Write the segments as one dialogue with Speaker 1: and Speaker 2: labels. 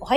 Speaker 1: は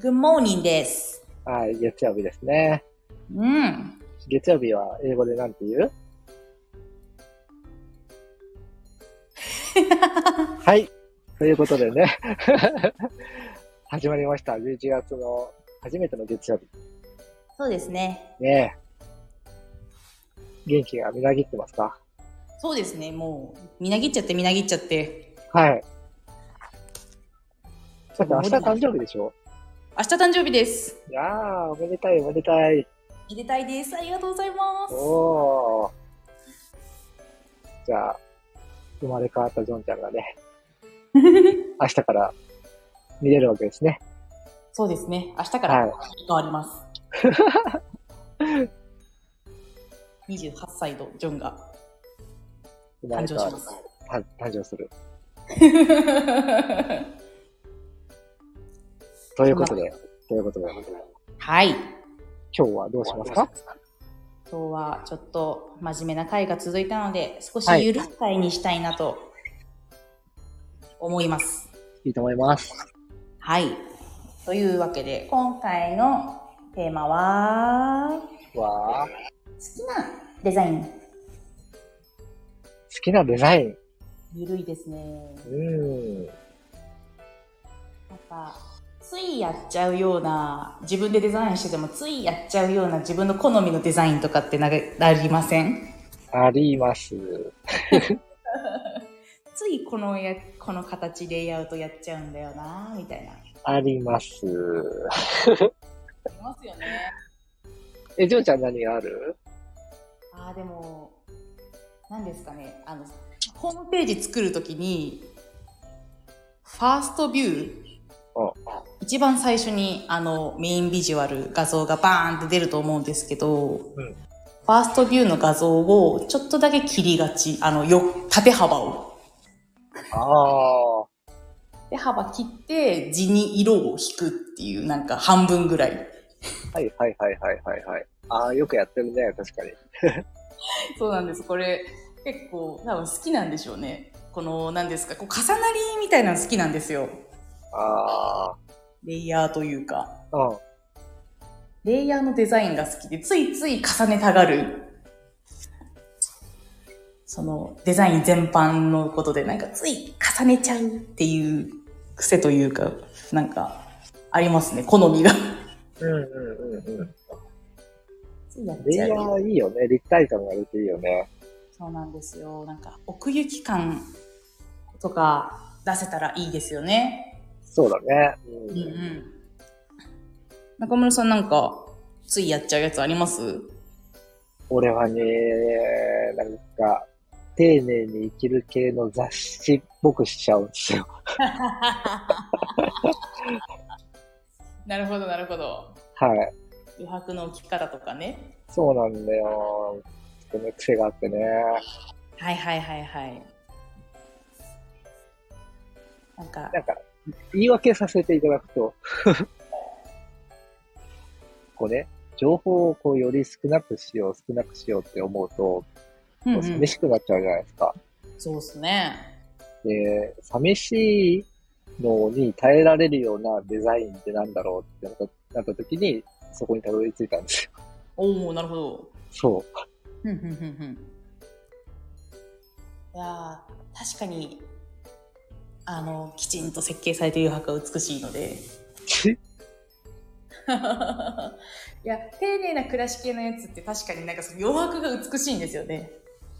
Speaker 1: Good morning です。
Speaker 2: はい、月曜日ですね。
Speaker 1: うん。
Speaker 2: 月曜日は英語でなんて言 うはい。ということでね。 始まりました。11月の初めての月曜日。
Speaker 1: そうですね。
Speaker 2: ねえ。元気がみなぎってますか
Speaker 1: そうですね。もう、みなぎっちゃって、みなぎっちゃって。
Speaker 2: はい。さて、明日誕生日でしょ
Speaker 1: 明日誕生日です。
Speaker 2: いやー、おめでたい、おめでたい。
Speaker 1: めでたいです。ありがとうございます。
Speaker 2: おー。じゃあ、生まれ変わったジョンちゃんが ね、明日から見れるわけですね。
Speaker 1: そうですね。明日か
Speaker 2: は
Speaker 1: ら
Speaker 2: い。
Speaker 1: 変わり ます。28歳のジョンが
Speaker 2: 生ま
Speaker 1: 誕
Speaker 2: れ
Speaker 1: 生
Speaker 2: 変
Speaker 1: し
Speaker 2: わ
Speaker 1: ま
Speaker 2: る
Speaker 1: す。
Speaker 2: 誕誕生する。ということで、ということで、
Speaker 1: はい。
Speaker 2: 今日はどうしますか
Speaker 1: 今日はちょっと真面目な回が続いたので、少し
Speaker 2: はい
Speaker 1: ゆるい回にしたいなと思います。
Speaker 2: いいと思います。
Speaker 1: はい。というわけで、今回のテーマは、
Speaker 2: わー。
Speaker 1: 好きなデザイン。
Speaker 2: 好きなデザイン。
Speaker 1: ゆるいですね。
Speaker 2: うーん。
Speaker 1: なんか、ついやっちゃうような、自分でデザインしてても、ついやっちゃうような自分の好みのデザインとかってなげなりません
Speaker 2: あります。
Speaker 1: ついこのや、この形レイアウトやっちゃうんだよなみたいな。
Speaker 2: ありま
Speaker 1: あ
Speaker 2: す。
Speaker 1: りますよね。
Speaker 2: え、ジョンちゃん何がある
Speaker 1: ああ、でも、何ですかね。あの、ホームページ作るときに、ファーストビュー、
Speaker 2: あ
Speaker 1: 一番最初にあのメインビジュアル画像がバーンって出ると思うんですけど、
Speaker 2: う
Speaker 1: フ
Speaker 2: ん
Speaker 1: ァーストビューの画像をちょっとだけ切りがちあのよ縦幅を
Speaker 2: あー。
Speaker 1: 縦幅切って地に色を引くっていうなんか半分ぐらい
Speaker 2: はいはいはいはいはいはい。あー、よくやってるね、確かに。
Speaker 1: そうなんですこれ結構多分好きなんでしょうねこの何ですかこう重なりみたいなの好きなんですよ
Speaker 2: あ
Speaker 1: レイヤーというか
Speaker 2: ー。うん。
Speaker 1: レイヤーのデザインが好きでついつい重ねたがるそのデザイン全般のことでなんかつい重ねちゃうっていう癖というかなんかありますね好みが
Speaker 2: うんうんうんうん。
Speaker 1: ついやっ
Speaker 2: レイ
Speaker 1: ちゃ
Speaker 2: ヤ
Speaker 1: う
Speaker 2: ーいいよね。立体感が出ていいよね。
Speaker 1: そうなんですよなんか奥行き感とか出せたらいいですよね
Speaker 2: そうだね。
Speaker 1: う
Speaker 2: うん
Speaker 1: うん中村さんなんかついやっちゃうやつあります
Speaker 2: 俺はね、なんか、丁寧に生きる系の雑誌っぽくしちゃうんですよ。
Speaker 1: なるほどなるほど
Speaker 2: はい。
Speaker 1: 余白の置き方とかね
Speaker 2: そうなんだよ。ちょっとね、癖があってね。
Speaker 1: はいはいはいはい。なんか、
Speaker 2: なんか、言い訳させていただくと、 こうね、情報をこうより少なくしよう、少なくしようって思うと、こ
Speaker 1: うんう
Speaker 2: うん寂しくなっちゃうじゃないですか。
Speaker 1: そうですね。
Speaker 2: で、寂しいのに耐えられるようなデザインってなんだろうってなったなった時に、そこにたどり着いたんですよ。
Speaker 1: おおなるほど。
Speaker 2: そ
Speaker 1: ふんふんふんふん。いやー確かに、あの、きちんと設計されている余白は美しいので。
Speaker 2: う。
Speaker 1: いや、丁寧な暮らし系のやつって確かになんかその余白が美しいんですよね。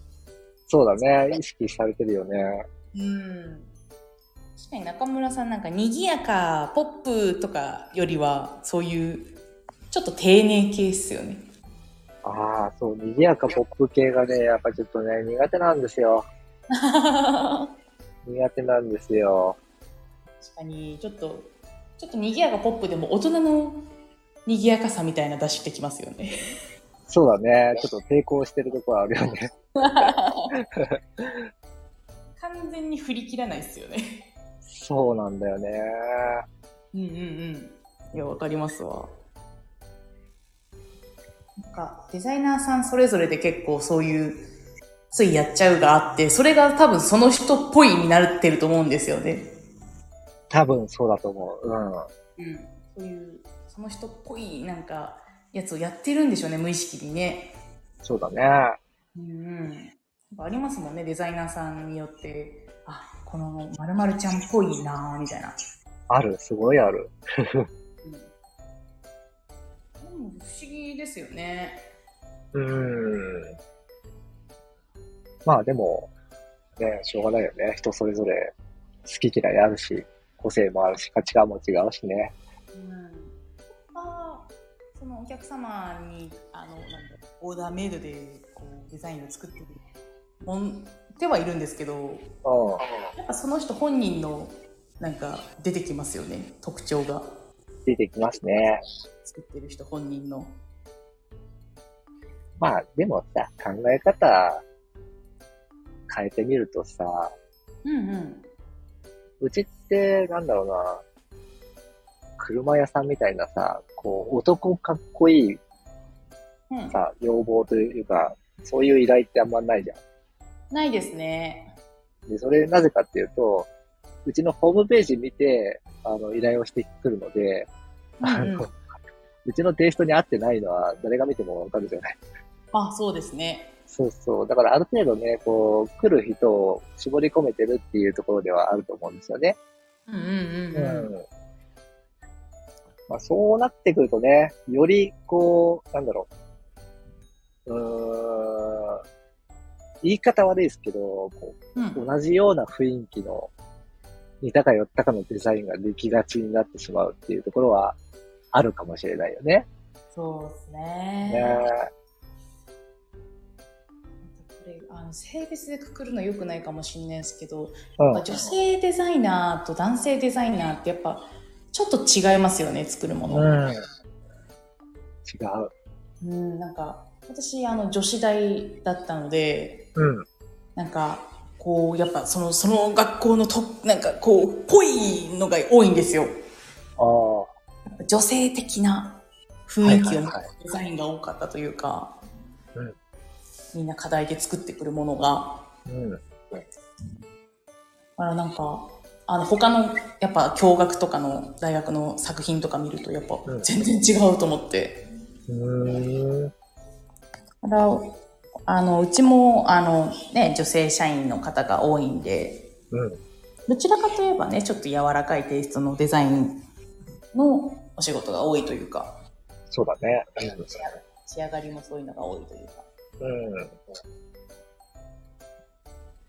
Speaker 2: そうだね。意識されてるよね。
Speaker 1: うん。確かに中村さんなんか賑やかポップとかよりはそういうちょっと丁寧系っすよね。
Speaker 2: ああ、そう、賑やかポップ系がね、やっぱちょっとね、苦手なんですよ。
Speaker 1: 確か
Speaker 2: 苦手なんですよ。
Speaker 1: にちょっとちょっと賑やかポップでも大人の賑やかさみたいな出してきますよね。
Speaker 2: そうだね。ちょっと抵抗してるところあるよね。
Speaker 1: 完全に振り切らないですよね。
Speaker 2: そうなんだよね。
Speaker 1: うんうんうん。いや、わかりますわ。なんか、デザイナーさんそれぞれで結構そういう、ついやっちゃうがあって、それが多分その人っぽいになってると思うんですよね。
Speaker 2: 多分そうだと思う。うん。
Speaker 1: うん。そういう、その人っぽいなんか、やつをやってるんでしょうね、無意識にね。
Speaker 2: そうだね。
Speaker 1: うんうん。やっぱありますもんね、デザイナーさんによって。あ、この〇〇ちゃんっぽいなぁ、みたいな。
Speaker 2: ある、すごいある。
Speaker 1: うんでも不思議ですよね。
Speaker 2: うーん。まあでも、ね、しょうがないよね。人それぞれ好き嫌いあるし、個性もあるし、価値観も違うしね。
Speaker 1: うん、あそのお客様にあのなんだオーダーメイドでこうデザインを作ってるもんではいるんですけど
Speaker 2: うん。
Speaker 1: やっぱその人本人のなんか出てきますよね特徴が
Speaker 2: 出てきますね。
Speaker 1: 作ってる人本人の。
Speaker 2: まあでもさ、考え方変えてみるとさ、
Speaker 1: うんうん、
Speaker 2: うちってなんだろうな、車屋さんみたいなさ、こう男かっこいい
Speaker 1: うん、
Speaker 2: さ、要望というか、そういう依頼ってあんまないじゃん。
Speaker 1: ないですね。
Speaker 2: で、それなぜかっていうと、うちのホームページ見て、あの、依頼をしてくるので、
Speaker 1: うん
Speaker 2: あ
Speaker 1: うん
Speaker 2: の、うちのテイストに合ってないのは誰が見てもわかるじゃない。
Speaker 1: あそうですね。
Speaker 2: そうそう。だからある程度ね、こう、来る人を絞り込めてるっていうところではあると思うんですよね。
Speaker 1: うんうんうん
Speaker 2: ん。まあ、そうなってくるとね、より、こう、なんだろう。うーん。言い方悪いですけど、こう、
Speaker 1: うんうん
Speaker 2: 同じような雰囲気の似たか寄ったかのデザインができがちになってしまうっていうところはあるかもしれないよね。
Speaker 1: そうです
Speaker 2: ね
Speaker 1: ね。これあの性別でくくるのよくないかもしれないですけど、
Speaker 2: うん
Speaker 1: やっぱ女性デザイナーと男性デザイナーってやっぱちょっと違いますよね作るもの、
Speaker 2: うん、違う。
Speaker 1: うんなんか私あの女子大だったので
Speaker 2: うん。
Speaker 1: なんかこうやっぱそのその学校のとなんかこうぽいのが多いんですよ
Speaker 2: ああ。は
Speaker 1: 女性的な雰囲気を持ったデザインが多かったというか、
Speaker 2: うん
Speaker 1: みんな課題で作ってくるものが
Speaker 2: い。うん。
Speaker 1: あらなんかあの他のやっぱ共学とかの大学の作品とか見るとやっぱ
Speaker 2: うん
Speaker 1: 全然違うと思って、
Speaker 2: うーん。
Speaker 1: あらあのうちもあの、ね、女性社員の方が多いんで
Speaker 2: うん。
Speaker 1: どちらかといえばねちょっと柔らかいテイストのデザインのお仕事が多いというか
Speaker 2: そうだね。
Speaker 1: 仕上がりもそういうのが多いというか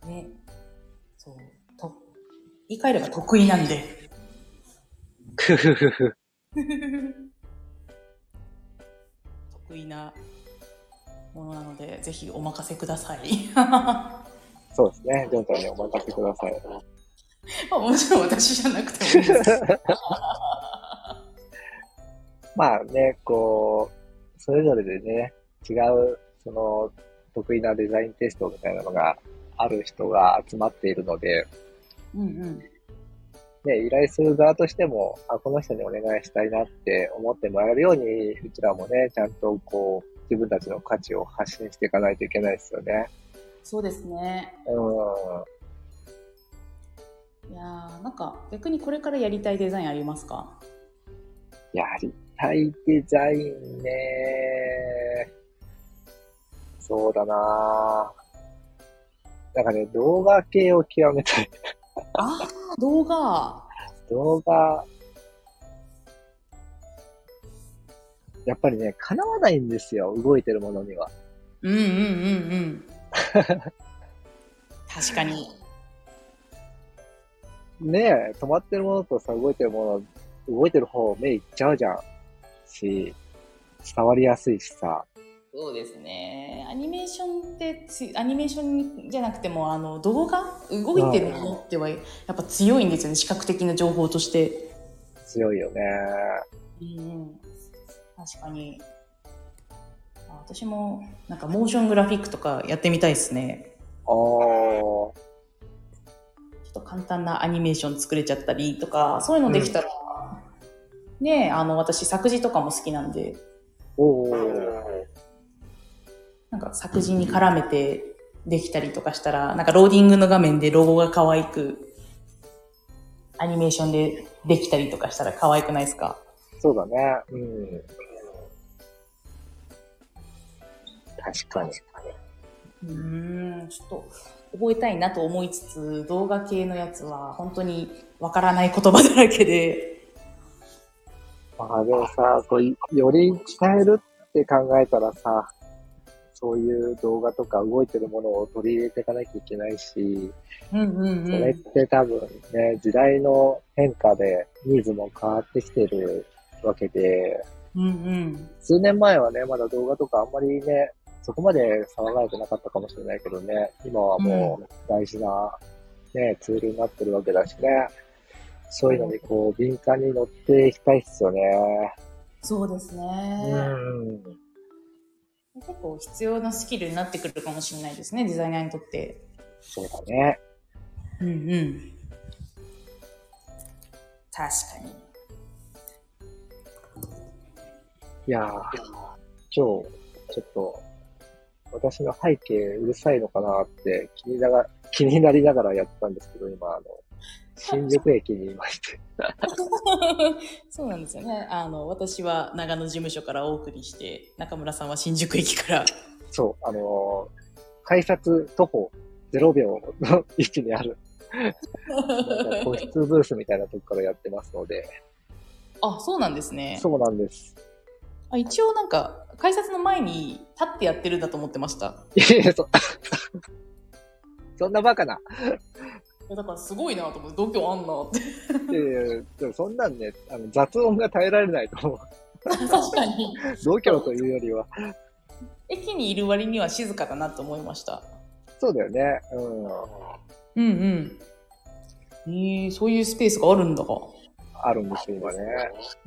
Speaker 2: うん。
Speaker 1: ねそうと言い換えれば得意なんで。
Speaker 2: ふふふふ。
Speaker 1: 得意なものなのでぜひお任せください
Speaker 2: そうですね。ジョンさんにお任せください。
Speaker 1: もちろん私じゃなくてもいいです
Speaker 2: まあね、こう、それぞれでね、違う、その、得意なデザインテストみたいなのがある人が集まっているので、
Speaker 1: うんうん
Speaker 2: ね、依頼する側としても、あ、この人にお願いしたいなって思ってもらえるように、うちらもね、ちゃんとこう、自分たちの価値を発信していかないといけないですよね。
Speaker 1: そうですね
Speaker 2: う
Speaker 1: いやーなんか逆にこれからやりたいデザインありますか
Speaker 2: ん。やりたいデザインね。そうだななんかね、動画系を極めたい。
Speaker 1: あー動画
Speaker 2: 動画、やっぱりね、叶わないんですよ、動いてるものには。
Speaker 1: うんうんうんうん確かに
Speaker 2: ねえ、止まってるものとさ、動いてるもの、動いてる方、目いっちゃうじゃん。し、伝わりやすいしさ。
Speaker 1: そうですねアニメーションってつアニメーションじゃなくてもあの動画動いてるものってはやっぱ強いんですよね視覚的な情報として
Speaker 2: 強いよね。
Speaker 1: いいね。確かに。あ私も、なんか、モーショングラフィックとかやってみたいですね。ち
Speaker 2: あー、
Speaker 1: ょっと簡単なアニメーション作れちゃったりとか、そういうのできたら、ねえあの、私、作詞とかも好きなんで、
Speaker 2: おー、
Speaker 1: なんか、作詞に絡めてできたりとかしたら、なんか、ローディングの画面でロゴが可愛く、アニメーションでできたりとかしたら可愛くないですか
Speaker 2: そうだね。うん。確かに。
Speaker 1: うーん、ちょっと覚えたいなと思いつつ、動画系のやつは本当にわからない言葉だらけで、
Speaker 2: まあでもさ、こうより鍛えるって考えたらさ、そういう動画とか動いてるものを取り入れていかなきゃいけないし、
Speaker 1: うんうん
Speaker 2: そ
Speaker 1: うん。
Speaker 2: れって多分ね、時代の変化でニーズも変わってきてるわけで、
Speaker 1: うんうん。
Speaker 2: 数年前はね、まだ動画とかあんまりね、そこまで騒がれてなかったかもしれないけどね、今はもう大事な、ね、ツールになってるわけだしね、そういうのにこう敏感に乗っていきたいっすよね。
Speaker 1: そうですね。
Speaker 2: うん
Speaker 1: 結構必要なスキルになってくるかもしれないですね、デザイナーにとって。
Speaker 2: そうだね。
Speaker 1: うんうん。確かに。
Speaker 2: いやー、今日、ちょっと、私の背景うるさいのかなって気になが気になりながらやったんですけど、今、あの、新宿駅にいまして。
Speaker 1: そうなんですよね。あの、私は長野事務所からお送りして、中村さんは新宿駅から。
Speaker 2: そう、あのー改札徒歩0秒の 位置にある、なんか個室ブースみたいなとこからやってますので、
Speaker 1: あ、そうなんですね。
Speaker 2: そうなんです。
Speaker 1: あ一応なんか改札の前に立ってやってるんだと思ってました
Speaker 2: いやいや、そ、 そんなバカな。
Speaker 1: いやだからすごいなと思って度胸あんなって
Speaker 2: いやいや、でもそんなんね、あの雑音が耐えられないと 思う。
Speaker 1: 確かに
Speaker 2: 同居というよりは。
Speaker 1: 駅にいる割には静かだなと思いました
Speaker 2: そうだよね。うん。
Speaker 1: うんうんえー、そういうスペースがあるんだか
Speaker 2: あるんですよ、今ね。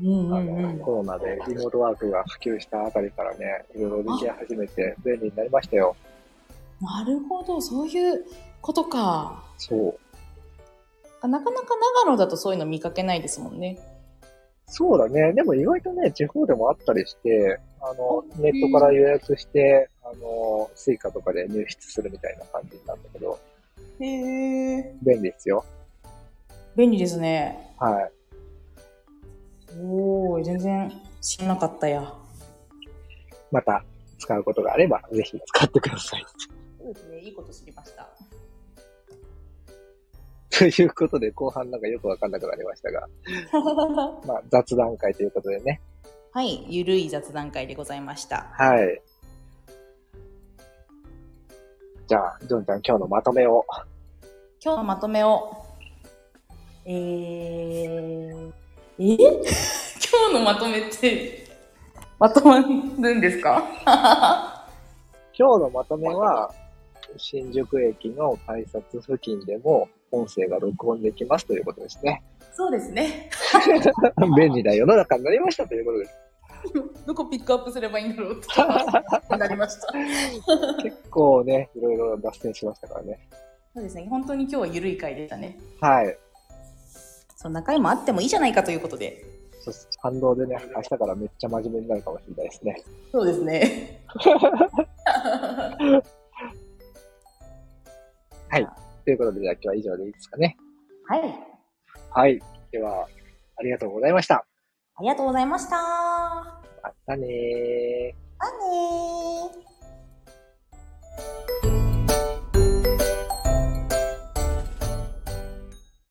Speaker 1: うんう
Speaker 2: あ
Speaker 1: んう
Speaker 2: の、
Speaker 1: ん
Speaker 2: コロナでリモートワークが普及したあたりからね、いろいろでき始めて便利になりましたよ。
Speaker 1: なるほどそういうことか
Speaker 2: そう。
Speaker 1: あなかなか長野だとそういうの見かけないですもんね
Speaker 2: そうだね。でも意外とね、地方でもあったりして、あの、ネットから予約して、あの、スイカとかで入室するみたいな感じなんだけど、
Speaker 1: へえ
Speaker 2: 便利ですよ。
Speaker 1: 便利ですね
Speaker 2: はい。
Speaker 1: おお全然知らなかったや
Speaker 2: また使うことがあれば、ぜひ使ってください。
Speaker 1: そうですねいいこと知りま した
Speaker 2: ということで、後半なんかよくわかんなくなりましたが、まあ、雑談会ということでね。
Speaker 1: はい、ゆるい雑談会でございました。
Speaker 2: はい。じゃあ、ジョンちゃん、今日のまとめを。
Speaker 1: 今日のまとめを、えー、え 今日のまとめって、まとまるんですか
Speaker 2: 今日のまとめは、新宿駅の改札付近でも音声が録音できますということですね。
Speaker 1: そうですね。
Speaker 2: 便利な世の中になりましたということです。
Speaker 1: どこピックアップすればいいんだろう ってなりました。
Speaker 2: 結構ね、いろいろ脱線しましたからね。
Speaker 1: そうですね、本当に今日はゆるい回でしたね。
Speaker 2: はい。
Speaker 1: そんな回もあってもいいじゃないかということで。
Speaker 2: そして反動でね、明日からめっちゃ真面目になるかもしれないですね。
Speaker 1: そうですね。
Speaker 2: ということで、じゃあ今日は以上でいいですかね。
Speaker 1: はい、
Speaker 2: はい。では、ありがとうございました。
Speaker 1: ありがとうございました。ま
Speaker 2: またねー。
Speaker 1: たねー。